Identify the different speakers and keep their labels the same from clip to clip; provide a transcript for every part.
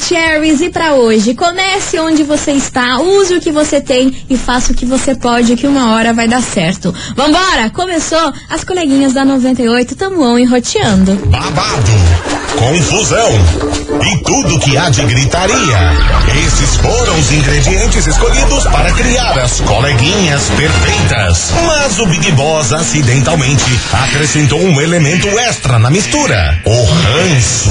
Speaker 1: Cherries e para hoje. Comece onde você está, use o que você tem e faça o que você pode, que uma hora vai dar certo. Vambora! Começou as coleguinhas da 98, tamo on e roteando.
Speaker 2: Babado, confusão e tudo que há de gritaria. Esses foram os ingredientes escolhidos para criar as coleguinhas perfeitas. Mas o Big Boss acidentalmente acrescentou um elemento extra na mistura: o ranço.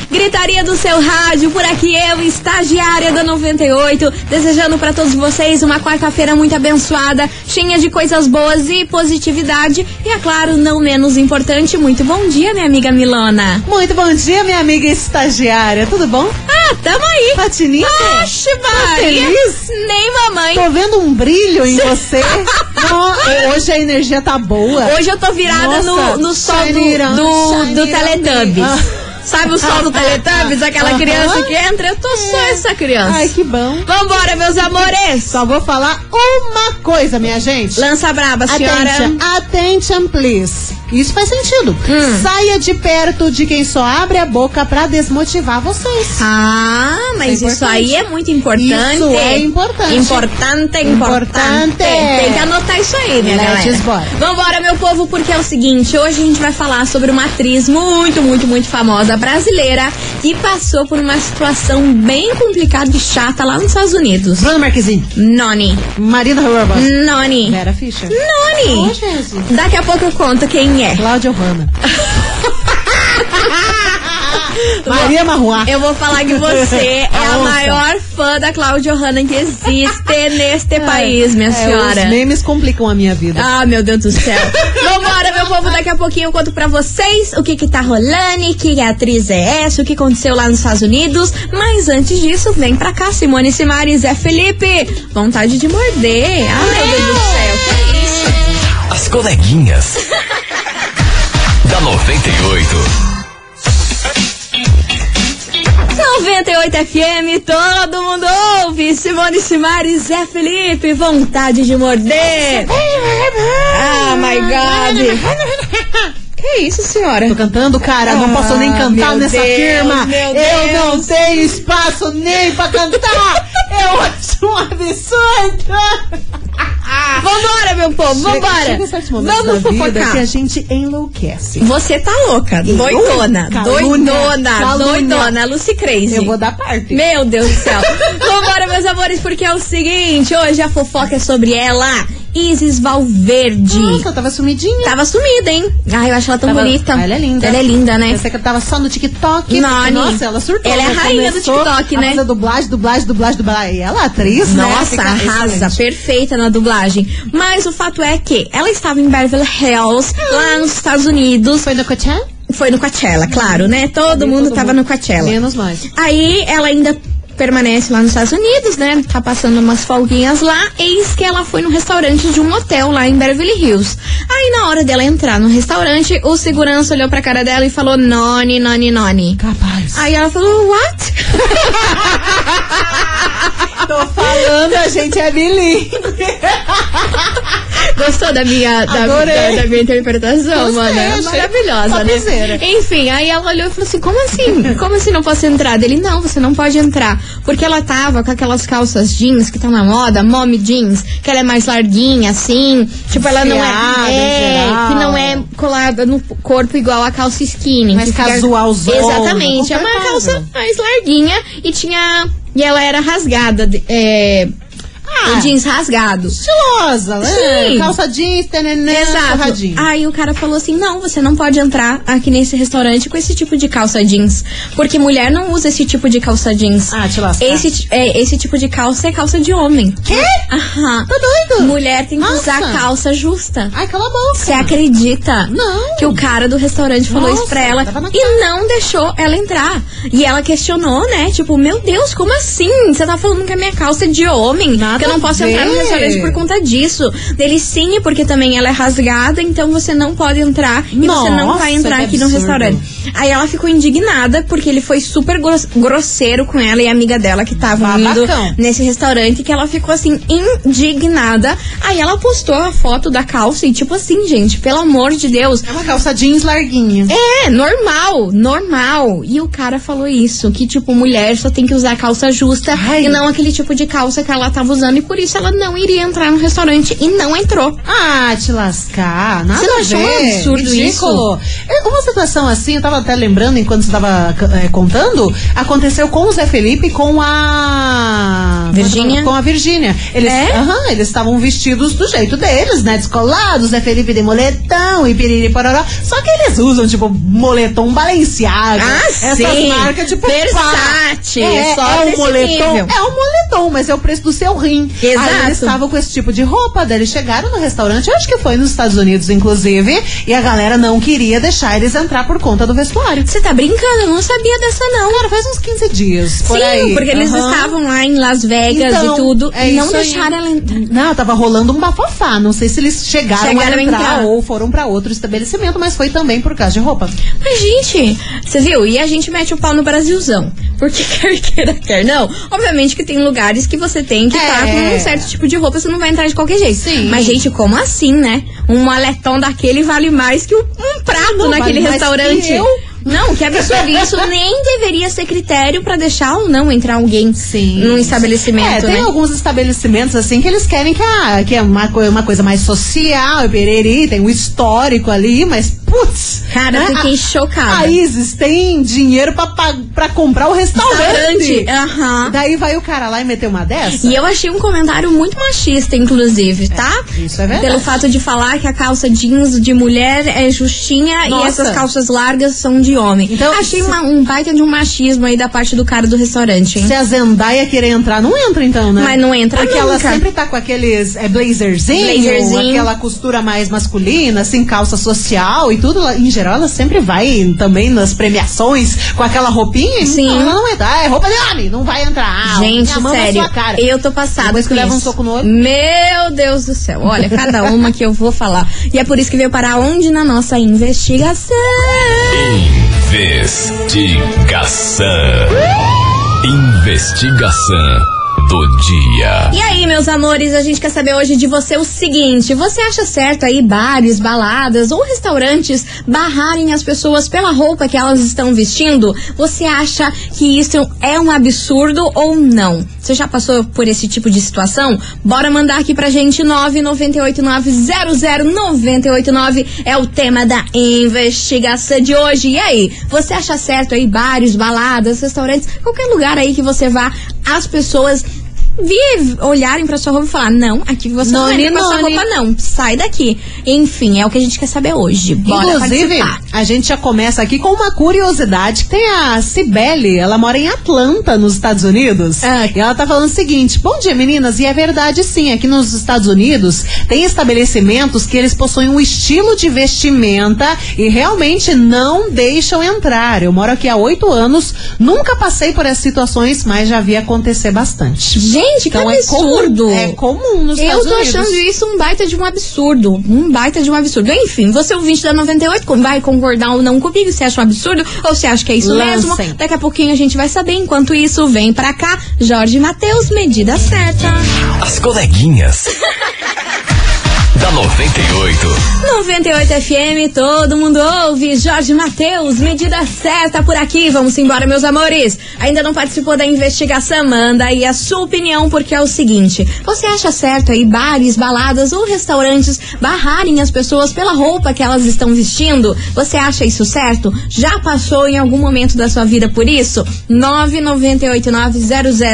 Speaker 1: gritaria do seu rádio, por aqui eu, estagiária da 98, desejando para todos vocês uma quarta-feira muito abençoada, cheia de coisas boas e positividade. E é claro, não menos importante, muito bom dia, minha amiga Milona.
Speaker 3: Muito bom dia, minha amiga estagiária, tudo bom?
Speaker 1: Ah, tamo aí!
Speaker 3: Patinita?
Speaker 1: Oxe, Maria!
Speaker 3: feliz?
Speaker 1: Nem mamãe!
Speaker 3: Tô vendo um brilho em você. Não, hoje a energia tá boa.
Speaker 1: Hoje eu tô virada
Speaker 3: Nossa,
Speaker 1: no, no sol
Speaker 3: Shiniran,
Speaker 1: do, do, do
Speaker 3: Shiniran.
Speaker 1: Teletubbies.
Speaker 3: Ah.
Speaker 1: Sabe o sol do Teletubbies? Aquela
Speaker 3: Aham. É.
Speaker 1: criança que entra? Eu tô só essa criança.
Speaker 3: Ai, que bom.
Speaker 1: Vambora, meus amores!
Speaker 3: Só vou falar uma coisa, minha gente.
Speaker 1: Lança braba, senhora.
Speaker 3: Attention, attention, please. Isso faz sentido.
Speaker 1: Hum.
Speaker 3: Saia de perto de quem só abre a boca pra desmotivar vocês.
Speaker 1: Ah, mas
Speaker 3: Isso é
Speaker 1: isso aí é muito importante.
Speaker 3: Isso é importante.
Speaker 1: Importante, importante.
Speaker 3: Importante.
Speaker 1: Tem que anotar isso aí, né,
Speaker 3: Let's
Speaker 1: galera?
Speaker 3: bora.
Speaker 1: Vambora, meu povo, porque é o seguinte, hoje a gente vai falar sobre uma atriz muito, muito, muito famosa brasileira que passou por uma situação bem complicada e chata lá nos Estados Unidos.
Speaker 3: Bruna Marquezine,
Speaker 1: Noni.
Speaker 3: Marina Roba,
Speaker 1: Hum. Noni.
Speaker 3: Vera Fischer,
Speaker 1: Noni.
Speaker 3: Oh, É. Jesus.
Speaker 1: Daqui a pouco eu conto quem é.
Speaker 3: Cláudia Hanna, Maria Marruá.
Speaker 1: Eu vou falar que você é a
Speaker 3: A onça.
Speaker 1: maior fã da Cláudia Hanna que existe neste país, minha
Speaker 3: É,
Speaker 1: senhora.
Speaker 3: Os memes complicam a minha vida.
Speaker 1: Ah, meu Deus do céu. Vambora, meu povo, daqui a pouquinho eu conto pra vocês o que que tá rolando, e que atriz é essa, o que aconteceu lá nos Estados Unidos. Mas antes disso, vem pra cá, Simone Simari, Zé Felipe. Vontade de morder. Ah, meu Deus do céu, que isso?
Speaker 4: As coleguinhas. da 98.
Speaker 1: 98 FM, todo mundo ouve. Simone Simari, Zé Felipe, vontade de morder. Ah, my God. Que isso, senhora?
Speaker 3: Tô cantando, cara, não posso nem cantar
Speaker 1: meu
Speaker 3: nessa
Speaker 1: Deus,
Speaker 3: firma.
Speaker 1: meu
Speaker 3: eu
Speaker 1: Deus.
Speaker 3: não tenho espaço nem pra cantar. eu acho um absurdo.
Speaker 1: Ah, Vambora, meu povo, vambora.
Speaker 3: Chega certos momentos
Speaker 1: Vamos
Speaker 3: da vida
Speaker 1: fofocar.
Speaker 3: que a gente enlouquece.
Speaker 1: Você tá louca, doidona,
Speaker 3: Calúnia,
Speaker 1: doidona,
Speaker 3: calúnia.
Speaker 1: doidona, Lucy Crazy.
Speaker 3: Eu vou dar parte.
Speaker 1: Meu Deus do céu. Vambora, meus amores, porque é o seguinte, hoje a fofoca é sobre ela, Isis Valverde.
Speaker 3: Nossa, eu tava sumidinha.
Speaker 1: Tava sumida, hein? Ai, eu acho ela tão
Speaker 3: Tava-
Speaker 1: Tá, bonita.
Speaker 3: Ela é linda.
Speaker 1: Ela é linda, né?
Speaker 3: Pensei que ela tava só no TikTok.
Speaker 1: Nani.
Speaker 3: Nossa, ela surtou.
Speaker 1: Ela é a rainha do
Speaker 3: começou
Speaker 1: TikTok,
Speaker 3: a
Speaker 1: né?
Speaker 3: Fazer dublagem, dublagem, dublagem, dublagem. E ela é atriz, né?
Speaker 1: Nossa,
Speaker 3: Fica
Speaker 1: arrasa,
Speaker 3: excelente.
Speaker 1: perfeita na dublagem. Mas o fato é que ela estava em Beverly Hills, lá nos Estados Unidos.
Speaker 3: Foi no Coachella?
Speaker 1: Foi no Coachella, claro, né? Todo mundo
Speaker 3: Todo
Speaker 1: tava
Speaker 3: mundo.
Speaker 1: no Coachella.
Speaker 3: Menos nós.
Speaker 1: Aí ela ainda permanece lá nos Estados Unidos, né? Tá passando umas folguinhas lá. Eis que ela foi no restaurante de um hotel lá em Beverly Hills. Aí na hora dela entrar no restaurante, o segurança olhou pra cara dela e falou: Noni, noni, noni.
Speaker 3: Capaz.
Speaker 1: Aí ela falou, what?
Speaker 3: Tô falando, a gente é bilíngue.
Speaker 1: Gostou da minha, da,
Speaker 3: Adorei.
Speaker 1: da- da minha interpretação,
Speaker 3: Gostei,
Speaker 1: mano? É
Speaker 3: achei
Speaker 1: maravilhosa, né?
Speaker 3: baboseira.
Speaker 1: Enfim, aí ela olhou e falou assim: como assim? Como assim não posso entrar? Ele, não, você não pode entrar. Porque ela tava com aquelas calças jeans que estão na moda, mommy jeans, que ela é mais larguinha, assim. Tipo, ela não
Speaker 3: Desfiada,
Speaker 1: é.
Speaker 3: em
Speaker 1: é,
Speaker 3: geral.
Speaker 1: que não é colada no corpo igual a calça skinny.
Speaker 3: Mais
Speaker 1: que fica-
Speaker 3: casualzona,
Speaker 1: Exatamente. É uma
Speaker 3: confortável.
Speaker 1: calça mais larguinha e tinha. E ela era rasgada. de- É,
Speaker 3: Ah.
Speaker 1: o jeans rasgado.
Speaker 3: Estilosa, né?
Speaker 1: Sim.
Speaker 3: Calça jeans, tenenã,
Speaker 1: Exato.
Speaker 3: forradinho.
Speaker 1: Aí o cara falou assim: não, você não pode entrar aqui nesse restaurante com esse tipo de calça jeans. Porque mulher não usa esse tipo de calça jeans.
Speaker 3: Ah, te lascar.
Speaker 1: esse, ti- é, esse tipo de calça é calça de homem.
Speaker 3: Quê?
Speaker 1: Aham.
Speaker 3: Tá doido?
Speaker 1: Mulher tem que
Speaker 3: Nossa.
Speaker 1: usar calça justa.
Speaker 3: Ai, cala a boca.
Speaker 1: Você acredita?
Speaker 3: Não.
Speaker 1: Que o cara do restaurante falou
Speaker 3: Nossa,
Speaker 1: isso pra ela
Speaker 3: tava na
Speaker 1: e não deixou ela entrar. E ela questionou, né? Tipo, meu Deus, como assim? Você tá falando que a minha calça é de homem?
Speaker 3: Nada
Speaker 1: porque eu não posso entrar no
Speaker 3: ver.
Speaker 1: restaurante por conta disso. Delicine, porque também ela é rasgada, então você não pode entrar e você não
Speaker 3: Nossa,
Speaker 1: vai entrar
Speaker 3: que
Speaker 1: aqui no
Speaker 3: absurdo.
Speaker 1: restaurante. Aí ela ficou indignada porque ele foi super gros- grosseiro com ela e a amiga dela que tava indo
Speaker 3: Babacão.
Speaker 1: nesse restaurante que ela ficou assim indignada. Aí ela postou a foto da calça e tipo assim, gente, pelo amor de Deus,
Speaker 3: É uma calça jeans larguinha.
Speaker 1: é, normal, normal. E o cara falou isso, que tipo, mulher só tem que usar calça justa
Speaker 3: Ai.
Speaker 1: e não aquele tipo de calça que ela tava usando e por isso ela não iria entrar no restaurante e não entrou.
Speaker 3: Ah, te lascar. Nada
Speaker 1: Você não
Speaker 3: a
Speaker 1: achou
Speaker 3: ver.
Speaker 1: um absurdo
Speaker 3: Ridículo. É, Uma situação assim, eu tava até lembrando enquanto você tava é, contando, aconteceu com o Zé Felipe e com a. é
Speaker 1: Virgínia?
Speaker 3: Com a Virgínia. Eles
Speaker 1: É?
Speaker 3: aham, eles estavam vestidos do jeito deles, né? Descolados, Zé Felipe de moletão e piriri pororó. Só que eles usam, tipo, moletom balenciado.
Speaker 1: Ah,
Speaker 3: essas
Speaker 1: sim.
Speaker 3: marcas, tipo,
Speaker 1: Versátil,
Speaker 3: pá. É,
Speaker 1: só
Speaker 3: é um
Speaker 1: nesse
Speaker 3: moletom.
Speaker 1: nível.
Speaker 3: É um moletom, mas é o preço do seu rim. Aí
Speaker 1: Exato.
Speaker 3: eles estavam com esse tipo de roupa, daí eles chegaram no restaurante, eu acho que foi nos Estados Unidos, inclusive, e a galera não queria deixar eles entrar por conta do vestuário.
Speaker 1: Você tá brincando? Eu não sabia dessa não.
Speaker 3: Cara, faz uns 15 dias. por
Speaker 1: Sim,
Speaker 3: aí.
Speaker 1: porque eles
Speaker 3: Aham.
Speaker 1: estavam lá em Las Vegas
Speaker 3: Então,
Speaker 1: e tudo
Speaker 3: é
Speaker 1: e não
Speaker 3: isso aí.
Speaker 1: deixaram ela entrar.
Speaker 3: Não, tava rolando um bafafá. Não sei se eles chegaram,
Speaker 1: Chegaram a
Speaker 3: a entrar,
Speaker 1: entrar.
Speaker 3: ou foram pra outro estabelecimento, mas foi também por causa de roupa.
Speaker 1: Mas, gente, você viu? E a gente mete o pau no Brasilzão. Porque quer queira, quer não. Obviamente que tem lugares que você tem que
Speaker 3: É.
Speaker 1: estar com um certo tipo de roupa, você não vai entrar de qualquer jeito.
Speaker 3: Sim.
Speaker 1: Mas, gente, como assim, né? Um moletom daquele vale mais que um, um prato
Speaker 3: Não,
Speaker 1: naquele
Speaker 3: vale mais
Speaker 1: restaurante.
Speaker 3: que eu.
Speaker 1: Não, que absurdo. Isso nem deveria ser critério pra deixar ou não entrar alguém
Speaker 3: Sim.
Speaker 1: num estabelecimento,
Speaker 3: É, tem
Speaker 1: né?
Speaker 3: alguns estabelecimentos assim que eles querem que, ah, que é uma, co- uma coisa mais social, e pereri, tem um histórico ali, mas putz. né?
Speaker 1: Cara, eu fiquei chocada.
Speaker 3: A Isis tem dinheiro pra, pa- pra comprar o restaurante.
Speaker 1: Restaurante, aham.
Speaker 3: Daí vai o cara lá e meteu uma dessa?
Speaker 1: E eu achei um comentário muito machista, inclusive, tá?
Speaker 3: isso é verdade.
Speaker 1: Pelo fato de falar que a calça jeans de mulher é justinha e
Speaker 3: Nossa.
Speaker 1: essas calças largas são de homem.
Speaker 3: Então,
Speaker 1: achei
Speaker 3: se-
Speaker 1: uma- um baita de um machismo aí da parte do cara do restaurante, hein?
Speaker 3: Se a Zendaya querer entrar, não entra então, né?
Speaker 1: Mas não entra
Speaker 3: Porque ela
Speaker 1: nunca.
Speaker 3: sempre tá com aqueles é, blazerzinho,
Speaker 1: Blazerzinho.
Speaker 3: aquela costura mais masculina, assim, calça social e tudo. Ela- Em geral, ela sempre vai também nas premiações com aquela roupinha.
Speaker 1: Sim.
Speaker 3: Então ela não entra. Ah, é roupa de homem, não vai entrar. Ah,
Speaker 1: Gente,
Speaker 3: minha mão na
Speaker 1: sério,
Speaker 3: sua cara.
Speaker 1: eu tô passada.
Speaker 3: Depois que
Speaker 1: com
Speaker 3: leva um
Speaker 1: isso.
Speaker 3: soco no olho.
Speaker 1: Meu Deus do céu. Olha, cada uma que eu vou falar. E é por isso que veio parar onde na nossa investigação.
Speaker 4: Investigação. Investigação do dia.
Speaker 1: E aí, meus amores, a gente quer saber hoje de você o seguinte: você acha certo aí bares, baladas ou restaurantes barrarem as pessoas pela roupa que elas estão vestindo? Você acha que isso é um absurdo ou não? Você já passou por esse tipo de situação? Bora mandar aqui pra gente 998900989 é o tema da investigação de hoje. E aí, você acha certo aí bares, baladas, restaurantes, qualquer lugar aí que você vá, as pessoas vi olharem pra sua roupa e falar: não, aqui você não é
Speaker 3: Noni,
Speaker 1: entra com essa
Speaker 3: noni.
Speaker 1: roupa, não. Sai daqui. Enfim, é o que a gente quer saber hoje. Bora
Speaker 3: Inclusive,
Speaker 1: participar.
Speaker 3: a gente já começa aqui com uma curiosidade. que Tem a Cibele, ela mora em Atlanta, nos Estados Unidos.
Speaker 1: Ah.
Speaker 3: E ela tá falando o seguinte: Bom dia, meninas. E é verdade, sim. Aqui nos Estados Unidos tem estabelecimentos que eles possuem um estilo de vestimenta e realmente não deixam entrar. Eu moro aqui há oito anos, nunca passei por essas situações, mas já vi acontecer bastante. Então, é
Speaker 1: Gente, que absurdo.
Speaker 3: comum. É comum nos
Speaker 1: Eu
Speaker 3: Estados
Speaker 1: tô
Speaker 3: Unidos.
Speaker 1: achando isso um baita de um absurdo. Um baita de um absurdo. Enfim, você ouvinte da 98 com- vai concordar ou não comigo? Você acha um absurdo ou você acha que é isso
Speaker 3: Lancem.
Speaker 1: mesmo? Daqui a pouquinho a gente vai saber. Enquanto isso, vem pra cá, Jorge Matheus, medida certa.
Speaker 4: As coleguinhas. da 98.
Speaker 1: 98 FM, todo mundo ouve. Jorge Matheus, medida certa por aqui. Vamos embora, meus amores. Ainda não participou da investigação? Manda aí a sua opinião, porque é o seguinte: você acha certo aí bares, baladas ou restaurantes barrarem as pessoas pela roupa que elas estão vestindo? Você acha isso certo? Já passou em algum momento da sua vida por isso?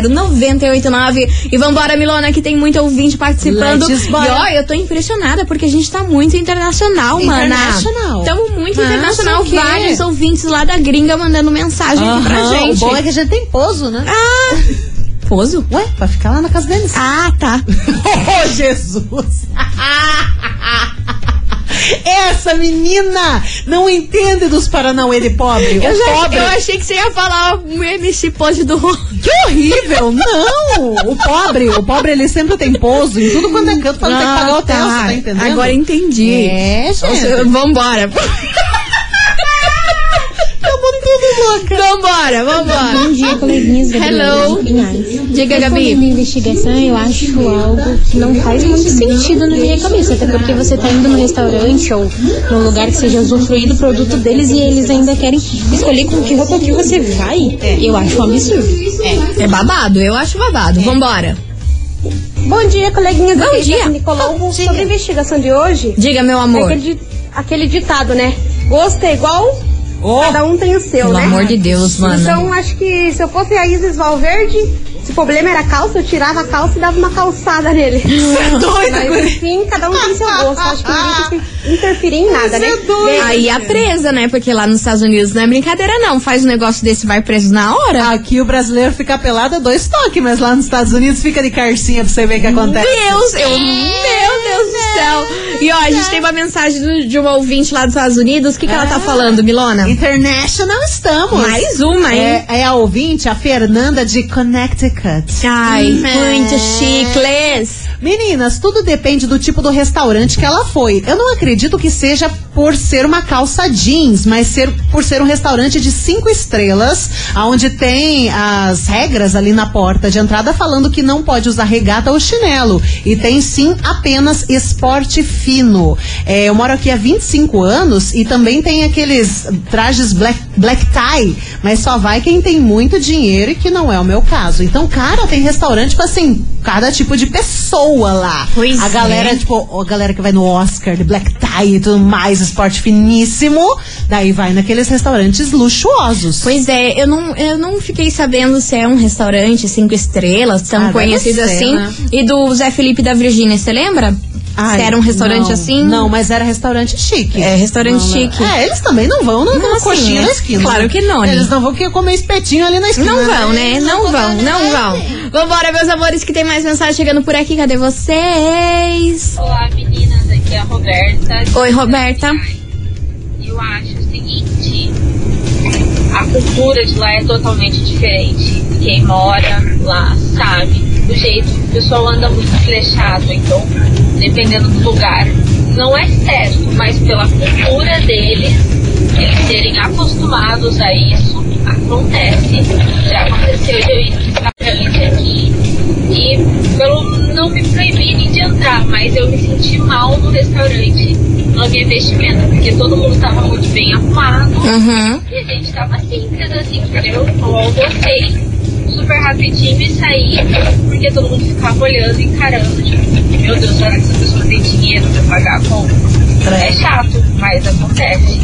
Speaker 1: 998900989. E vambora, Milona, que tem muito ouvinte participando.
Speaker 3: Let's
Speaker 1: E
Speaker 3: bora.
Speaker 1: ó, eu tô impressionada porque a gente tá muito internacional, é mana.
Speaker 3: Internacional.
Speaker 1: Estamos muito
Speaker 3: Ah,
Speaker 1: internacional.
Speaker 3: sei o quê.
Speaker 1: Vários ouvintes lá da gringa mandando mensagem aqui pra
Speaker 3: Aham,
Speaker 1: gente. Ah,
Speaker 3: O bom é que a gente tem pouso, né?
Speaker 1: Pozo?
Speaker 3: Ué, pra ficar lá na casa deles.
Speaker 1: Ah, tá.
Speaker 3: Oh, Jesus! Essa menina não entende dos Paranauê de pobre.
Speaker 1: Eu,
Speaker 3: o
Speaker 1: já-
Speaker 3: pobre.
Speaker 1: eu achei que você ia falar o MC Pose do Ronaldo.
Speaker 3: Que horrível! Não! O pobre, o pobre, ele sempre tem pouso em tudo quanto é canto pra não ter que pagar o hotel,
Speaker 1: Ah,
Speaker 3: você tá entendendo?
Speaker 1: Agora entendi.
Speaker 3: É, gente.
Speaker 1: Nossa, Vambora.
Speaker 3: Tamo tudo louca.
Speaker 1: Vambora, vambora.
Speaker 5: Bom dia, coleguinhas da
Speaker 1: Hello.
Speaker 5: Gabriela de Pinhais.
Speaker 1: Diga, Gabi.
Speaker 5: Respondendo a investigação, eu acho algo que não faz muito sentido na minha cabeça. Até porque você está indo num restaurante ou num lugar que seja usufruído o produto deles e eles ainda querem escolher com que roupa que você vai. Eu acho um absurdo.
Speaker 1: É babado, eu acho babado. Vambora.
Speaker 6: Bom dia, coleguinhas.
Speaker 1: Bom
Speaker 6: Aqui é
Speaker 1: dia.
Speaker 6: Jéssica Nicolau.
Speaker 1: Bom dia.
Speaker 6: Sobre a investigação de hoje,
Speaker 1: Diga, meu
Speaker 6: é
Speaker 1: amor.
Speaker 6: aquele, di- aquele ditado, né? Gosto é igual, cada um tem o seu,
Speaker 1: Pelo
Speaker 6: né?
Speaker 1: amor de Deus, mano.
Speaker 6: Então, acho que se eu fosse a Isis Valverde, se o problema era a calça, eu tirava a calça e dava uma calçada nele.
Speaker 3: Você é doida,
Speaker 6: Mas,
Speaker 3: Guri.
Speaker 6: enfim, cada um tem seu gosto. Acho que não tem que interferir em nada, né?
Speaker 3: Você é doida.
Speaker 1: Aí a presa, né? Porque lá nos Estados Unidos não é brincadeira, não. Faz um negócio desse, vai preso na hora.
Speaker 3: Aqui o brasileiro fica pelado é dois toques, mas lá nos Estados Unidos fica de carcinha pra você ver o que acontece.
Speaker 1: Deus, eu, meu Deus do céu. E ó, a gente tem uma mensagem do- de uma ouvinte lá dos Estados Unidos. O que, que ela
Speaker 3: Ah.
Speaker 1: tá falando, Milona?
Speaker 3: International estamos.
Speaker 1: Mais uma, hein?
Speaker 3: É, é a ouvinte, a Fernanda de Connecticut.
Speaker 1: Ai, muitos chicles.
Speaker 3: Meninas, tudo depende do tipo do restaurante que ela foi. Eu não acredito que seja por ser uma calça jeans, mas ser por ser um restaurante de cinco estrelas, onde tem as regras ali na porta de entrada falando que não pode usar regata ou chinelo. E tem sim apenas esporte fino. É, eu moro aqui há 25 anos e também tem aqueles trajes black, black tie, mas só vai quem tem muito dinheiro e que não é o meu caso. Então, cara, tem restaurante pra assim, cada tipo de pessoa lá.
Speaker 1: Pois
Speaker 3: a galera,
Speaker 1: é.
Speaker 3: tipo, a galera que vai no Oscar de black tie e tudo mais, esporte finíssimo, daí vai naqueles restaurantes luxuosos.
Speaker 1: Pois é, eu não, eu não fiquei sabendo se é um restaurante cinco estrelas, tão
Speaker 3: Ah,
Speaker 1: conhecido
Speaker 3: deve ser,
Speaker 1: assim.
Speaker 3: né?
Speaker 1: E do Zé Felipe da Virgínia, você lembra?
Speaker 3: Ai,
Speaker 1: se era um restaurante
Speaker 3: não,
Speaker 1: assim?
Speaker 3: Não, mas era restaurante chique.
Speaker 1: É, restaurante
Speaker 3: Não, não.
Speaker 1: chique.
Speaker 3: É, eles também não vão na
Speaker 1: Não,
Speaker 3: na
Speaker 1: assim,
Speaker 3: coxinha
Speaker 1: né?
Speaker 3: na esquina.
Speaker 1: Claro que não, né?
Speaker 3: Eles não vão que comer espetinho ali na esquina.
Speaker 1: Não vão, né? Não vão,
Speaker 3: É.
Speaker 1: não vão. Vambora, meus amores, que tem mais mensagem chegando por aqui. Cadê vocês?
Speaker 7: Olá meninas, aqui é a Roberta.
Speaker 1: Oi, Roberta.
Speaker 7: Eu acho o seguinte, a cultura de lá é totalmente diferente. Quem mora lá sabe o jeito. O pessoal anda muito flechado, então, dependendo do lugar. Não é certo, mas pela cultura deles, eles serem acostumados a isso, acontece. Já aconteceu de eu ir pra Belize aqui e pelo, não me proibirem de entrar, mas eu me senti mal no restaurante, na minha vestimenta, porque todo mundo estava muito bem arrumado.
Speaker 1: Uhum.
Speaker 7: E a gente tava simples assim, porque eu almocei super rapidinho e saí, porque todo mundo ficava olhando, encarando, tipo, meu Deus, será que essa pessoa tem dinheiro pra pagar a conta? É chato, mas acontece.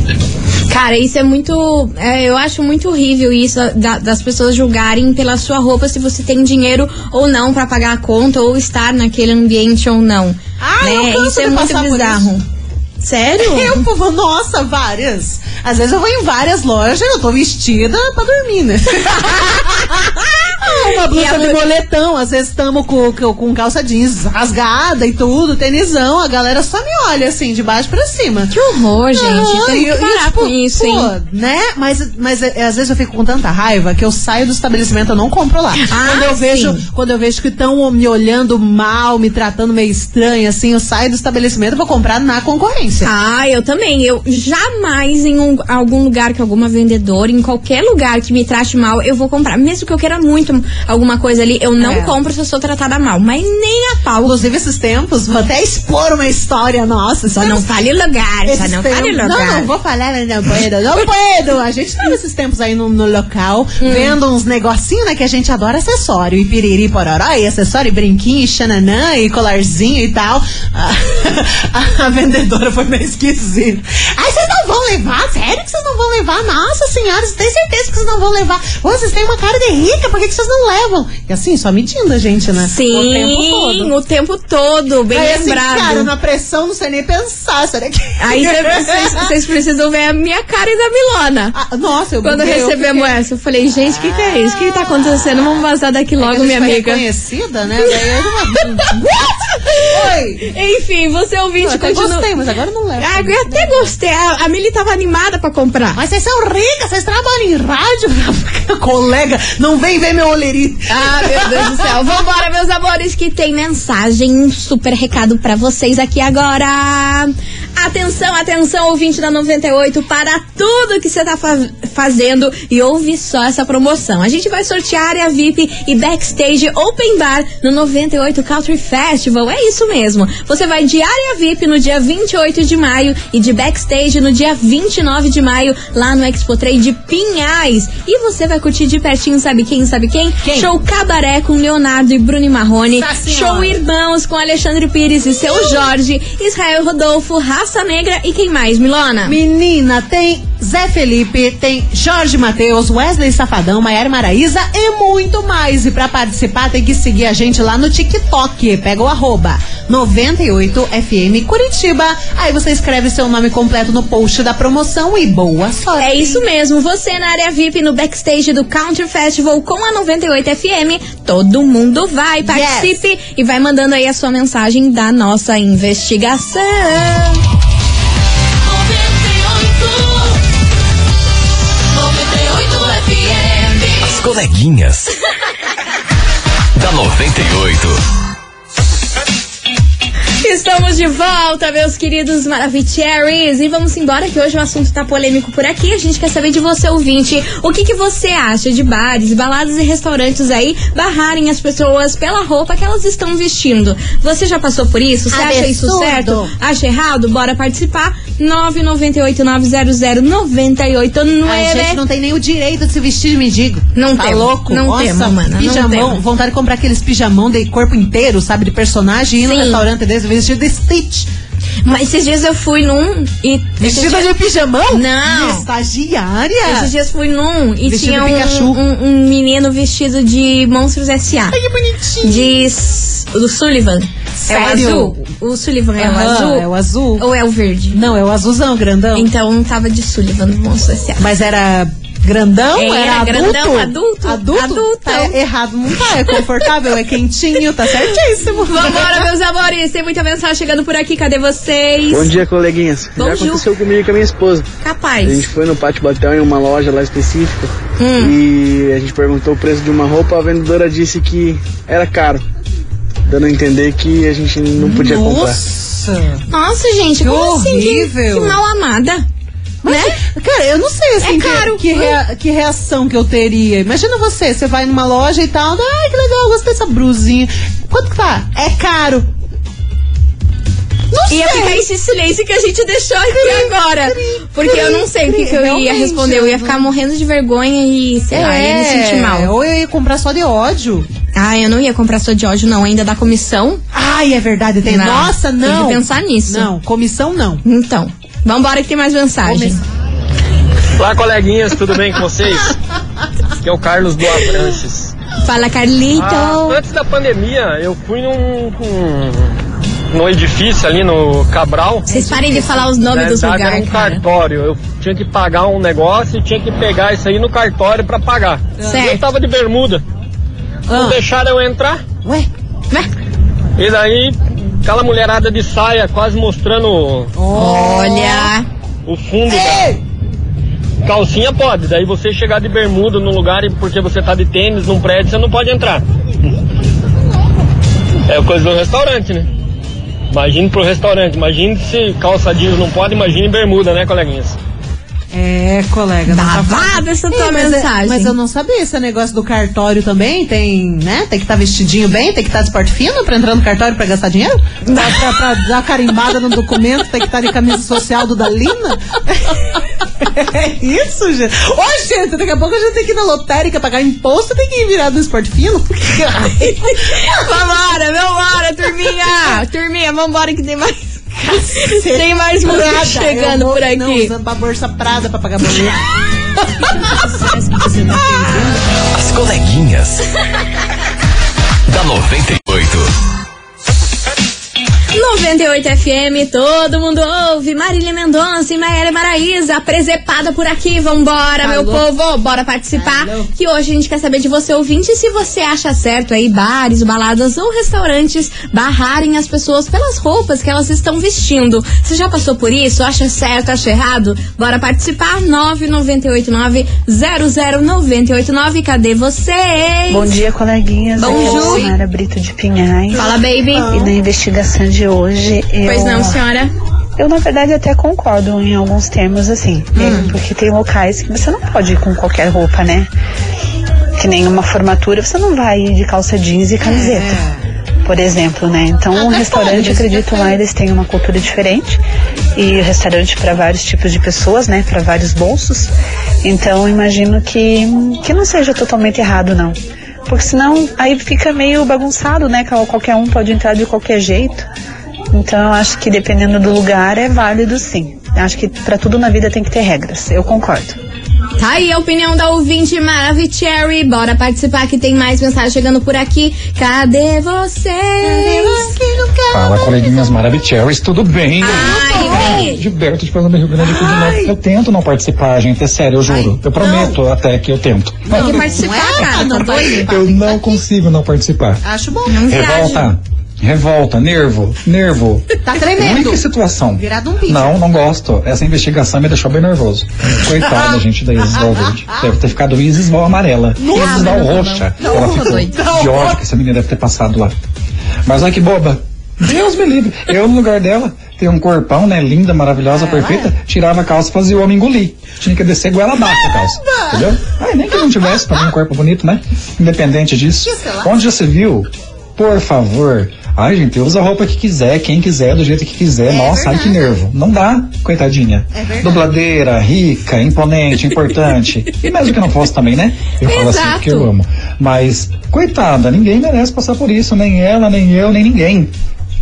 Speaker 1: Cara, isso é muito. é, eu acho muito horrível isso da- das pessoas julgarem pela sua roupa se você tem dinheiro ou não pra pagar a conta ou estar naquele ambiente ou não.
Speaker 3: Ah, eu
Speaker 1: né?
Speaker 3: canso
Speaker 1: Isso é
Speaker 3: de
Speaker 1: muito
Speaker 3: passar por
Speaker 1: bizarro. Sério?
Speaker 3: Eu, povo, nossa, várias. Às vezes eu vou em várias lojas, eu tô vestida pra dormir, né? Ah, Uma
Speaker 1: E
Speaker 3: blusa
Speaker 1: a
Speaker 3: de
Speaker 1: blu-
Speaker 3: boletão, às vezes tamo com, com com calça jeans rasgada e tudo, tenisão, a galera só me olha assim, de baixo pra cima.
Speaker 1: Que horror, gente.
Speaker 3: Ah,
Speaker 1: Tem
Speaker 3: eu-
Speaker 1: que
Speaker 3: eu,
Speaker 1: parar
Speaker 3: tipo,
Speaker 1: com isso,
Speaker 3: pô,
Speaker 1: hein?
Speaker 3: Né? Mas, mas é, às vezes eu fico com tanta raiva que eu saio do estabelecimento, eu não compro lá.
Speaker 1: Ah,
Speaker 3: quando, eu
Speaker 1: sim.
Speaker 3: vejo, quando eu vejo que estão me olhando mal, me tratando meio estranho, assim, eu saio do estabelecimento e vou comprar na concorrência.
Speaker 1: Ah, eu também. Eu jamais em um- algum lugar que alguma vendedora, em qualquer lugar que me trate mal, eu vou comprar. Mesmo que eu queira muito alguma coisa ali, eu não
Speaker 3: É.
Speaker 1: compro se eu sou tratada mal. Mas nem a pau.
Speaker 3: Inclusive, esses tempos, vou até expor uma história nossa.
Speaker 1: Só não fale lugar, só
Speaker 3: Esses
Speaker 1: não fale
Speaker 3: tempos-
Speaker 1: lugar.
Speaker 3: Não, não vou falar, né, não puedo, não puedo. A gente tava esses tempos aí no, no local,
Speaker 1: Hum.
Speaker 3: vendo uns negocinhos, né, que a gente adora acessório. E piriri, pororó, e acessório, e brinquinho, e xananã, e colarzinho e tal. A, a vendedora foi meio esquisita. Ai, vocês não vão levar? Sério que vocês não vão levar? Nossa senhora, vocês têm certeza que vocês não vão levar? Ô, vocês têm uma cara de rica, por que, que vocês não levam? E assim, só medindo a gente, né? O tempo todo.
Speaker 1: Sim, o tempo todo, bem
Speaker 3: Aí, assim,
Speaker 1: lembrado.
Speaker 3: cara, na pressão não sei nem pensar, será que...
Speaker 1: Aí vocês- vocês precisam ver a minha cara e da Milona.
Speaker 3: Ah, nossa, eu
Speaker 1: Quando
Speaker 3: buguei, eu
Speaker 1: recebemos essa, eu falei, gente, o que, que é isso? O que, que tá acontecendo? Vamos vazar daqui
Speaker 3: fiquei-
Speaker 1: logo,
Speaker 3: a gente
Speaker 1: minha
Speaker 3: foi
Speaker 1: amiga.
Speaker 3: reconhecida, né? Daí eu não- Oi!
Speaker 1: Enfim, você
Speaker 3: Eu
Speaker 1: ouvinte
Speaker 3: até
Speaker 1: continua.
Speaker 3: gostei, mas agora não é leva.
Speaker 1: Ah, eu até gostei. A, a Mili tava animada pra comprar.
Speaker 3: Mas vocês são ricas, vocês trabalham em rádio. Colega, não vem ver meu olerite.
Speaker 1: Ah, meu Deus do céu. Vambora, meus amores, que tem mensagem, um super recado pra vocês aqui agora. Atenção, atenção, ouvinte da 98, para tudo que você tá fa- fazendo e ouve só essa promoção. A gente vai sortear área VIP e backstage open bar no 98 Country Festival. É isso mesmo. Você vai de área VIP no dia 28 de maio e de backstage no dia 29 de maio lá no Expo Trade Pinhais. E você vai curtir de pertinho, sabe quem, sabe quem?
Speaker 3: Quem?
Speaker 1: Show Cabaré com Leonardo e Bruni Marrone.
Speaker 3: Nossa Senhora.
Speaker 1: Show Irmãos com Alexandre Pires e seu Jorge. Israel Rodolfo, Raça Negra e quem mais, Milona?
Speaker 3: Menina, tem Zé Felipe, tem Jorge Matheus, Wesley Safadão, Maiara Maraíza e muito mais. E pra participar tem que seguir a gente lá no TikTok. Pega o arroba 98FM Curitiba. Aí você escreve seu nome completo no post da promoção e boa sorte.
Speaker 1: É isso mesmo, você na área VIP no backstage do Country Festival com a 98 FM, todo mundo vai, participe e vai mandando aí a sua mensagem da nossa investigação.
Speaker 4: As coleguinhas. da 98.
Speaker 1: Estamos de volta, meus queridos Maravicheries, e vamos embora que hoje o assunto tá polêmico por aqui. A gente quer saber de você, ouvinte, o que que você acha de bares, baladas e restaurantes aí barrarem as pessoas pela roupa que elas estão vestindo. Você já passou por isso? Você acha isso
Speaker 3: Absurdo.
Speaker 1: certo? Acha errado? Bora participar. 998 900
Speaker 3: A gente
Speaker 1: 989
Speaker 3: não tem nem o direito de se vestir de mendigo.
Speaker 1: é, né? Não
Speaker 3: tá
Speaker 1: temos,
Speaker 3: louco?
Speaker 1: não
Speaker 3: Nossa,
Speaker 1: temos, mana, não
Speaker 3: Pijamão,
Speaker 1: temos.
Speaker 3: vontade de comprar aqueles pijamão de corpo inteiro, sabe? De personagem, e ir no
Speaker 1: Sim.
Speaker 3: restaurante desse, vestido de Stitch.
Speaker 1: Mas esses dias eu fui num e.
Speaker 3: Vestida de pijamão?
Speaker 1: Não.
Speaker 3: De estagiária?
Speaker 1: Esses dias fui num e
Speaker 3: Vestido
Speaker 1: tinha
Speaker 3: Pikachu.
Speaker 1: um, um- um menino vestido de Monstros S.A.
Speaker 3: que bonitinho.
Speaker 1: De. S- do Sullivan. É o
Speaker 3: Sério?
Speaker 1: azul? O Sullivan é o
Speaker 3: Aham,
Speaker 1: azul?
Speaker 3: é o azul.
Speaker 1: Ou é o verde?
Speaker 3: Não, é o azulzão, grandão.
Speaker 1: Então não tava de Sullivan no Monstros S.A.
Speaker 3: Mas era grandão?
Speaker 1: É,
Speaker 3: era
Speaker 1: era
Speaker 3: adulto?
Speaker 1: grandão, adulto,
Speaker 3: Adulto?
Speaker 1: adultão.
Speaker 3: Tá errado, não tá. É confortável, é quentinho, tá certíssimo.
Speaker 1: Vambora, meus amores! Tem muita mensagem chegando por aqui, cadê vocês?
Speaker 8: Bom dia, coleguinhas.
Speaker 1: Bom
Speaker 8: Já
Speaker 1: dia.
Speaker 8: aconteceu comigo e com a minha esposa. A gente
Speaker 1: Capaz.
Speaker 8: foi no Pátio Batel em uma loja lá específica
Speaker 1: Hum.
Speaker 8: e a gente perguntou o preço de uma roupa. A vendedora disse que era caro, dando a entender que a gente não podia comprar.
Speaker 3: Nossa.
Speaker 1: Nossa, gente, como assim? Que,
Speaker 3: horrível.
Speaker 1: que mal amada. né?
Speaker 3: Cara, eu não sei assim
Speaker 1: É
Speaker 3: que-
Speaker 1: caro.
Speaker 3: Que, rea- que reação que eu teria. Imagina você, você vai numa loja e tal, ai que legal, gostei dessa brusinha. Quanto que tá? É caro. Não
Speaker 1: Ia
Speaker 3: sei.
Speaker 1: ficar esse silêncio que a gente deixou aqui agora. Porque eu não sei o que, que eu ia
Speaker 3: Realmente,
Speaker 1: responder. Eu ia ficar morrendo de vergonha e, sei lá, ia me sentir mal.
Speaker 3: É, Ou eu ia comprar só de ódio.
Speaker 1: Ah, eu não ia comprar sua de ódio, não, ainda da comissão.
Speaker 3: Ai, é verdade. Tem...
Speaker 1: Não,
Speaker 3: Nossa,
Speaker 1: tem
Speaker 3: não.
Speaker 1: que pensar nisso.
Speaker 3: Não, comissão não.
Speaker 1: Então, vambora que tem mais mensagem.
Speaker 9: Olá, coleguinhas, tudo bem com vocês? Aqui é o Carlos do Abranches.
Speaker 1: Fala, Carlito.
Speaker 9: Ah, antes da pandemia, eu fui num, num, num edifício ali no Cabral.
Speaker 1: Vocês parem de falar os nomes
Speaker 9: Na
Speaker 1: dos
Speaker 9: verdade, era
Speaker 1: lugares,
Speaker 9: um
Speaker 1: cara.
Speaker 9: cartório. Eu tinha que pagar um negócio e tinha que pegar isso aí no cartório pra pagar. Eu
Speaker 1: Certo.
Speaker 9: tava de bermuda. Não
Speaker 3: Ah,
Speaker 9: deixaram eu entrar.
Speaker 3: ué,
Speaker 1: Vai.
Speaker 9: E daí, aquela mulherada de saia quase mostrando
Speaker 1: Olha.
Speaker 9: o fundo da calcinha pode. Daí você chegar de bermuda num lugar e porque você tá de tênis num prédio, você não pode entrar. É coisa do restaurante, né? Imagine pro restaurante, imagine se calça jeans não pode, imagine bermuda, né, coleguinhas?
Speaker 3: é, colega. não tá
Speaker 1: Babada essa
Speaker 3: Ei,
Speaker 1: tua
Speaker 3: mas, é-
Speaker 1: mensagem.
Speaker 3: mas eu não sabia esse negócio do cartório também. Tem, né? Tem que estar vestidinho bem, tem que estar de esporte fino pra entrar no cartório pra gastar dinheiro? Pra, pra- pra dar uma carimbada no documento, tem que estar de camisa social do Dalina? É isso, gente. Ô, gente, daqui a pouco a gente tem que ir na lotérica pagar imposto tem que ir virado no esporte fino.
Speaker 1: Vambora, vambora, turminha! turminha, vambora que tem mais. tem mais música tá chegando
Speaker 3: Eu vou,
Speaker 1: por aqui.
Speaker 3: Não, usando pra Bolsa Prada pra pagar boleto.
Speaker 4: As coleguinhas. da 98.
Speaker 1: 98 FM, todo mundo ouve. Marília Mendonça e Maíra Maraíza, presepada por aqui. Vambora, meu povo, bora participar. Que hoje a gente quer saber de você, ouvinte, se você acha certo aí bares, baladas ou restaurantes barrarem as pessoas pelas roupas que elas estão vestindo. Você já passou por isso? Acha certo, acha errado? Bora participar. 9989 00989 Cadê vocês?
Speaker 10: Bom dia, coleguinhas.
Speaker 1: Bom
Speaker 10: Aqui é a
Speaker 1: Ju.
Speaker 10: Silmara Brito de Pinhais.
Speaker 1: Fala, baby.
Speaker 10: E na investigação de hoje, eu...
Speaker 1: Pois não, senhora?
Speaker 10: Eu, na verdade, até concordo em alguns termos, assim.
Speaker 1: Hum.
Speaker 10: É, Porque tem locais que você não pode ir com qualquer roupa, né? Que nem uma formatura, você não vai ir de calça jeans e camiseta. Por exemplo, né? Então, o restaurante, eu acredito lá, eles têm uma cultura diferente. E o restaurante para vários tipos de pessoas, né? Para vários bolsos. Então, imagino que, que não seja totalmente errado, não. Porque senão, aí fica meio bagunçado, né? que Qualquer um pode entrar de qualquer jeito. Então eu acho que dependendo do lugar é válido sim. Eu acho que pra tudo na vida tem que ter regras. Eu concordo.
Speaker 1: Tá aí a opinião da ouvinte Maravicherry. Bora participar que tem mais mensagem chegando por aqui. Cadê vocês?
Speaker 11: Fala, coleguinhas maravilhosas, tudo bem?
Speaker 1: Ai, bem.
Speaker 11: Gilberto de Fernando Rio Grande do Sul. Eu tento não participar, gente, é sério, eu juro. eu prometo até que eu tento.
Speaker 1: Tem
Speaker 3: é
Speaker 1: que participar, cara. Tá doido?
Speaker 11: Eu não consigo não participar.
Speaker 3: Acho É bom.
Speaker 11: Revolta. Revolta, nervo, nervo.
Speaker 3: Tá tremendo.
Speaker 11: Ui, que situação.
Speaker 3: Virado um bicho.
Speaker 11: Não, não gosto. Essa investigação me deixou bem nervoso. Coitada, gente, da Isis Val Verde. Deve ter ficado Isis Val Amarela.
Speaker 3: Nossa,
Speaker 11: Isis Val
Speaker 3: não, não,
Speaker 11: Roxa.
Speaker 3: não.
Speaker 11: Ela
Speaker 3: Não,
Speaker 11: ficou
Speaker 3: doido.
Speaker 11: de ódio que essa menina deve ter passado lá. Mas olha que boba. Deus me livre. Eu, no lugar dela, tem um corpão, né? Linda,
Speaker 3: Ah,
Speaker 11: maravilhosa, perfeita.
Speaker 3: é?
Speaker 11: Tirava a calça e fazia o homem engolir. Tinha que descer goela abaixo a calça. Entendeu? Ai, nem que não tivesse pra mim um corpo bonito, né? Independente disso. Onde já se viu? Por favor. Ai, gente, usa a roupa que quiser, quem quiser, do jeito que quiser.
Speaker 3: É
Speaker 11: Nossa, ai que nervo. Não dá, coitadinha. Dubladeira, rica, É imponente, importante. e mesmo que não fosse também, né? Eu falo assim porque eu amo. Mas, coitada, ninguém merece passar por isso. Nem ela, nem eu, nem ninguém.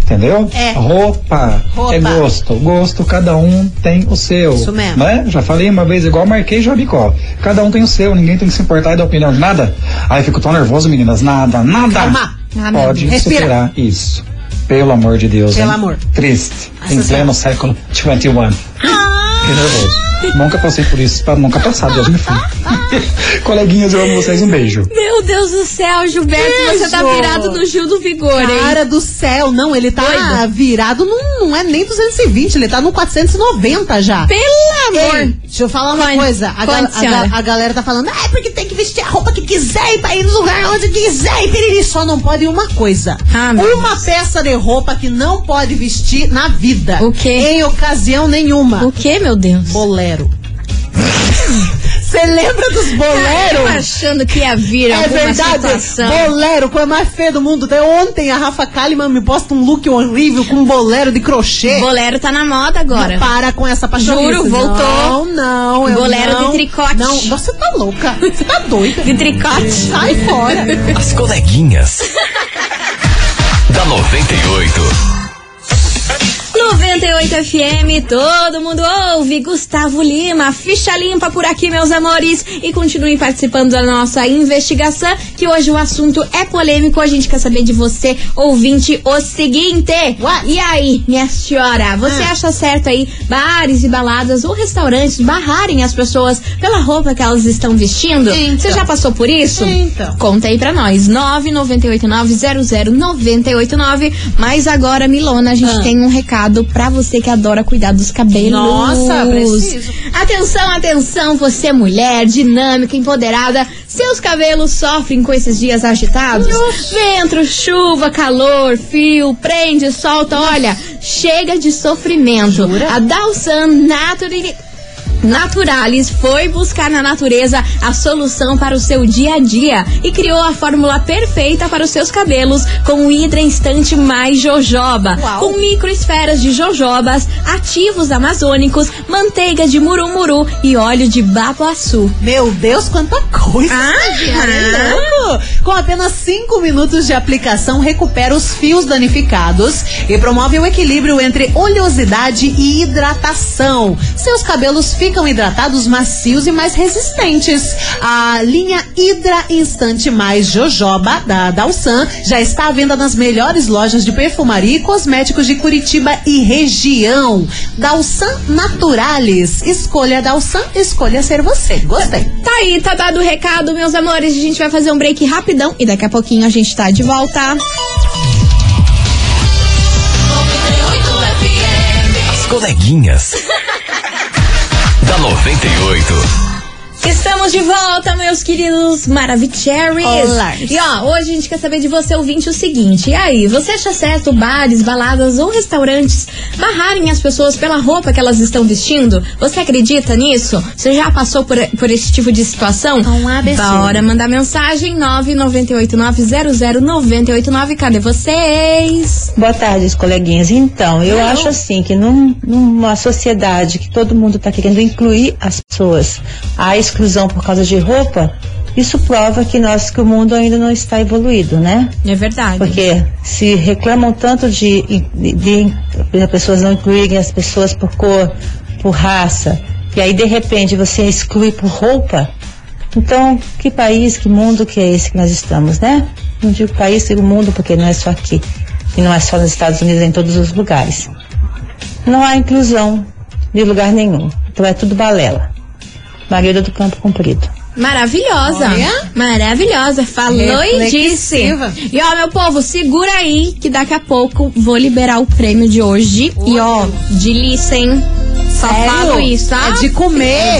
Speaker 11: Entendeu?
Speaker 3: É.
Speaker 11: Roupa,
Speaker 3: Roupa.
Speaker 11: É gosto. Gosto, cada um tem o seu.
Speaker 3: Isso mesmo.
Speaker 11: Né? Já falei uma vez, igual marquei Jabicó. Cada um tem o seu, ninguém tem que se importar e dar opinião de nada. Aí eu fico tão nervoso, meninas. Nada, nada.
Speaker 3: Calma. Ah, meu
Speaker 11: Pode
Speaker 3: Deus.
Speaker 11: superar isso. Pelo amor de Deus.
Speaker 3: Pelo
Speaker 11: hein?
Speaker 3: amor.
Speaker 11: Triste.
Speaker 3: Essa
Speaker 11: em
Speaker 3: senhora.
Speaker 11: pleno século XXI. Que nervoso. Nunca passei por isso, pra nunca passar, Deus me fui. Coleguinhas, eu amo vocês, um beijo.
Speaker 1: Meu Deus do céu, Gilberto, você tá
Speaker 3: Beijo.
Speaker 1: virado no Gil do Vigor, hein?
Speaker 3: Cara do céu, não, ele tá virado, num, não é nem 220, ele tá no 490 já.
Speaker 1: Pelo amor.
Speaker 3: Ei, deixa eu falar uma
Speaker 1: Conte,
Speaker 3: coisa. A, gal-
Speaker 1: conte,
Speaker 3: a gal-
Speaker 1: senhora.
Speaker 3: a galera tá falando, ah, é porque tem que vestir a roupa que quiser e pra ir no lugar onde quiser e piriri. Só não pode uma coisa.
Speaker 1: Ah, meu
Speaker 3: uma peça de roupa que não pode vestir na vida.
Speaker 1: O quê?
Speaker 3: Em ocasião nenhuma.
Speaker 1: O que, meu Deus?
Speaker 3: Bolero. Você lembra dos
Speaker 1: Eu
Speaker 3: boleros?
Speaker 1: Tá achando que ia vir
Speaker 3: É
Speaker 1: alguma
Speaker 3: verdade,
Speaker 1: situação.
Speaker 3: bolero, coisa mais feia do mundo. Até ontem a Rafa Kalimann me posta um look horrível com um bolero de crochê.
Speaker 1: Bolero tá na moda agora.
Speaker 3: Para com essa paixão.
Speaker 1: Juro, voltou.
Speaker 3: Não, não. eu
Speaker 1: Bolero de
Speaker 3: não,
Speaker 1: tricote.
Speaker 3: Não, você tá louca. Você tá doida.
Speaker 1: De tricote.
Speaker 3: Sai fora.
Speaker 4: As coleguinhas. da 98.
Speaker 1: 98 FM, todo mundo ouve. Gustavo Lima, ficha limpa por aqui, meus amores. E continuem participando da nossa investigação, que hoje o assunto é polêmico. A gente quer saber de você, ouvinte, o seguinte.
Speaker 3: What? Ah.
Speaker 1: E aí, minha senhora, você acha certo aí bares e baladas ou restaurantes barrarem as pessoas pela roupa que elas estão vestindo?
Speaker 3: Então.
Speaker 1: Você já passou por isso?
Speaker 3: Então.
Speaker 1: Conta aí pra nós. 998900989. Mas agora, Milona, a gente
Speaker 3: Ah.
Speaker 1: tem um recado pra você que adora cuidar dos cabelos.
Speaker 3: Nossa, preciso.
Speaker 1: Atenção, atenção, você é mulher, dinâmica, empoderada. Seus cabelos sofrem com esses dias agitados? Ventro, chuva, calor, fio, prende, solta. Olha, chega de sofrimento. A Dalsan Naturally. Naturalis foi buscar na natureza a solução para o seu dia a dia e criou a fórmula perfeita para os seus cabelos com o Hidra Instante Mais Jojoba.
Speaker 3: Uau.
Speaker 1: Com microesferas de jojobas, ativos amazônicos, manteiga de murumuru e óleo de babuaçu.
Speaker 3: Meu Deus, quanta coisa!
Speaker 1: Ah,
Speaker 3: Caramba! Com apenas 5 minutos de aplicação, recupera os fios danificados e promove o equilíbrio entre oleosidade e hidratação. Seus cabelos ficam hidratados, macios e mais resistentes. A linha Hidra Instante Mais Jojoba da Dalsan já está à venda nas melhores lojas de perfumaria e cosméticos de Curitiba e região. Dalsan Naturalis. Escolha Dalsan, escolha ser você. Gostei.
Speaker 1: Tá aí, tá dado o recado, meus amores. A gente vai fazer um break rapidão e daqui a pouquinho a gente tá de volta.
Speaker 4: As coleguinhas. da 98.
Speaker 1: Estamos de volta, meus queridos Maravicheries.
Speaker 3: Olá.
Speaker 1: E ó, hoje a gente quer saber de você, ouvinte, o seguinte. E aí, você acha certo bares, baladas ou restaurantes barrarem as pessoas pela roupa que elas estão vestindo? Você acredita nisso? Você já passou por, por esse tipo de situação? Um
Speaker 3: ABC.
Speaker 1: Bora mandar mensagem 998900989. Cadê vocês?
Speaker 12: Boa tarde, os coleguinhas. Então, eu
Speaker 1: Não.
Speaker 12: acho assim que num- numa sociedade que todo mundo está querendo incluir as pessoas, a exclusão por causa de roupa, isso prova que nós que o mundo ainda não está evoluído, né?
Speaker 1: É verdade.
Speaker 12: Porque se reclamam tanto de, de, de as pessoas não incluírem as pessoas por cor, por raça, e aí de repente você exclui por roupa, então que país, que mundo que é esse que nós estamos, né? Não digo país, digo mundo, porque não é só aqui. E não é só nos Estados Unidos, é em todos os lugares. Não há inclusão de lugar nenhum. Então é tudo balela. Maria do Campo Comprido.
Speaker 1: Maravilhosa.
Speaker 12: Olha.
Speaker 1: Maravilhosa. Falou e disse.
Speaker 12: Reflexiva.
Speaker 1: E ó, meu povo, segura aí que daqui a pouco vou liberar o prêmio de hoje. E ó, delícia, hein? Só
Speaker 3: Sério?
Speaker 1: falo isso, tá?
Speaker 3: É de comer.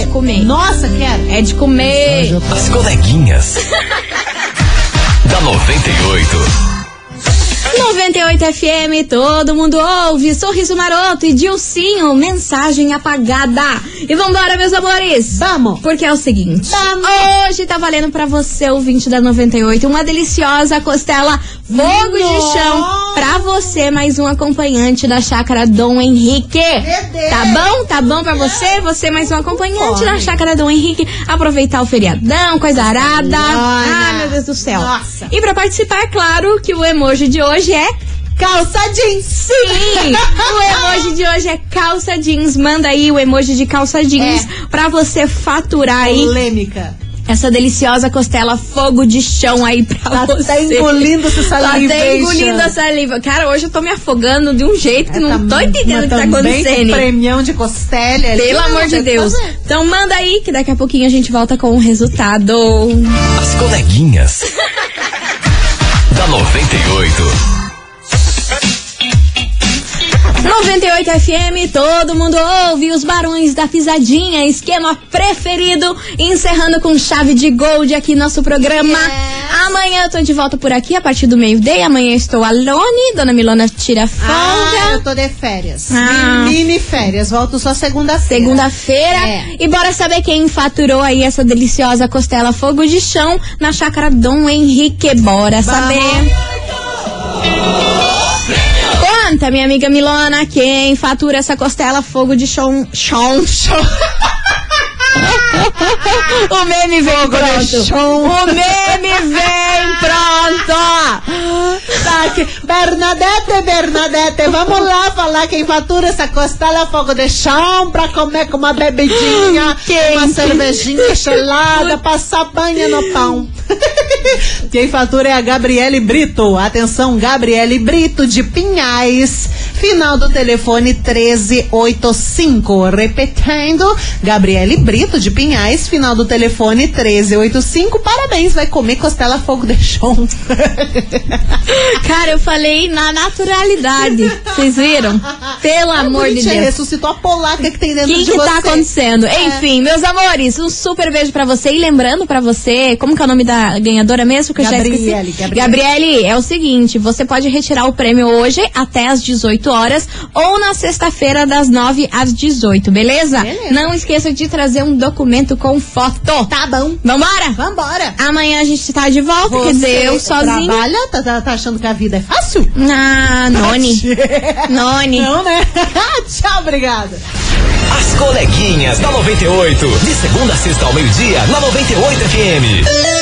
Speaker 1: É de comer.
Speaker 3: Nossa, quero.
Speaker 1: É de comer.
Speaker 4: As coleguinhas. da 98.
Speaker 1: 98 FM, todo mundo ouve. Sorriso maroto e Dilcinho, mensagem apagada. E vambora, meus amores.
Speaker 3: Vamos.
Speaker 1: Porque é o seguinte. Hoje tá valendo pra você, ouvinte da 98, uma deliciosa costela fogo de
Speaker 13: Nossa.
Speaker 1: chão. Pra você, mais um acompanhante da chácara Dom Henrique. Tá bom? Tá bom pra você? Você mais um acompanhante da chácara Dom Henrique. Aproveitar o feriadão, coisa arada. Ah, meu Deus do céu.
Speaker 3: Nossa.
Speaker 1: E pra participar, é claro que o emoji de hoje é.
Speaker 3: Calça jeans!
Speaker 1: Sim! o emoji de hoje é calça jeans. Manda aí o emoji de calça jeans pra você faturar aí.
Speaker 3: Polêmica.
Speaker 1: Essa deliciosa costela fogo de chão aí pra
Speaker 3: Tá- tá
Speaker 1: você.
Speaker 3: engolindo essa saliva,
Speaker 1: Tá até
Speaker 3: hein,
Speaker 1: engolindo
Speaker 3: Xan?
Speaker 1: a saliva. Cara, hoje eu tô me afogando de um jeito
Speaker 3: É,
Speaker 1: que não tô entendendo o que tá
Speaker 3: também
Speaker 1: acontecendo.
Speaker 3: com premião de costela. ali.
Speaker 1: Pelo
Speaker 3: Não, tá
Speaker 1: amor de
Speaker 3: tem que
Speaker 1: Deus.
Speaker 3: fazer.
Speaker 1: Então manda aí que daqui a pouquinho a gente volta com o resultado.
Speaker 4: As coleguinhas. da 98.
Speaker 1: 98 FM, todo mundo ouve os barões da pisadinha, esquema preferido, encerrando com chave de gold aqui nosso programa. Amanhã eu tô de volta por aqui a partir do meio-dia. Amanhã eu estou alone, dona Milona tira folga.
Speaker 3: Ah, eu tô de férias.
Speaker 1: Ah.
Speaker 3: Mini mini férias. Volto só segunda-feira.
Speaker 1: Segunda-feira. E bora saber quem faturou aí essa deliciosa costela fogo de chão na chácara Dom Henrique. Bora saber. Conta, minha amiga Milona, quem fatura essa costela fogo de chão. Chão, chão. o meme vem pronto. O meme vem pronto.
Speaker 3: Tá aqui. Bernadette, Bernadette, vamos lá falar quem fatura essa costela fogo de chão pra comer com uma bebidinha,
Speaker 1: Hum,
Speaker 3: uma cervejinha gelada, passar banha no pão. Quem fatura é a Gabriele Brito. Atenção, Gabriele Brito de Pinhais. Final do telefone 1385. Repetindo, Gabriele Brito de Pinhais. Final do telefone 1385. Parabéns, vai comer costela fogo de chão.
Speaker 1: Cara, eu falei na naturalidade. Vocês viram? Pelo amor de
Speaker 3: Corinthians
Speaker 1: Deus.
Speaker 3: é ressuscitou a polaca que tem
Speaker 1: O
Speaker 3: dentro
Speaker 1: que,
Speaker 3: de
Speaker 1: que
Speaker 3: você. É.
Speaker 1: tá acontecendo? Enfim, meus amores, um super beijo pra você. E lembrando pra você, como que é o nome da ganhadora mesmo? Que eu já
Speaker 3: Gabriele,
Speaker 1: esqueci.
Speaker 3: Gabriele.
Speaker 1: Gabriele, é o seguinte: você pode retirar o prêmio hoje até às 18 horas ou na sexta-feira, das 9 às 18, beleza? Não esqueça de trazer um documento com foto.
Speaker 3: Tá bom.
Speaker 1: Vambora?
Speaker 3: Vambora.
Speaker 1: Amanhã a gente tá de volta,
Speaker 3: Você
Speaker 1: quer dizer, eu sozinha.
Speaker 3: Trabalha? Tá, tá- tá achando que a vida é fácil?
Speaker 1: Ah, Noni. Noni.
Speaker 3: Não, né? Tchau, obrigada.
Speaker 4: As coleguinhas da 98. De segunda a sexta ao meio-dia, na 98 FM.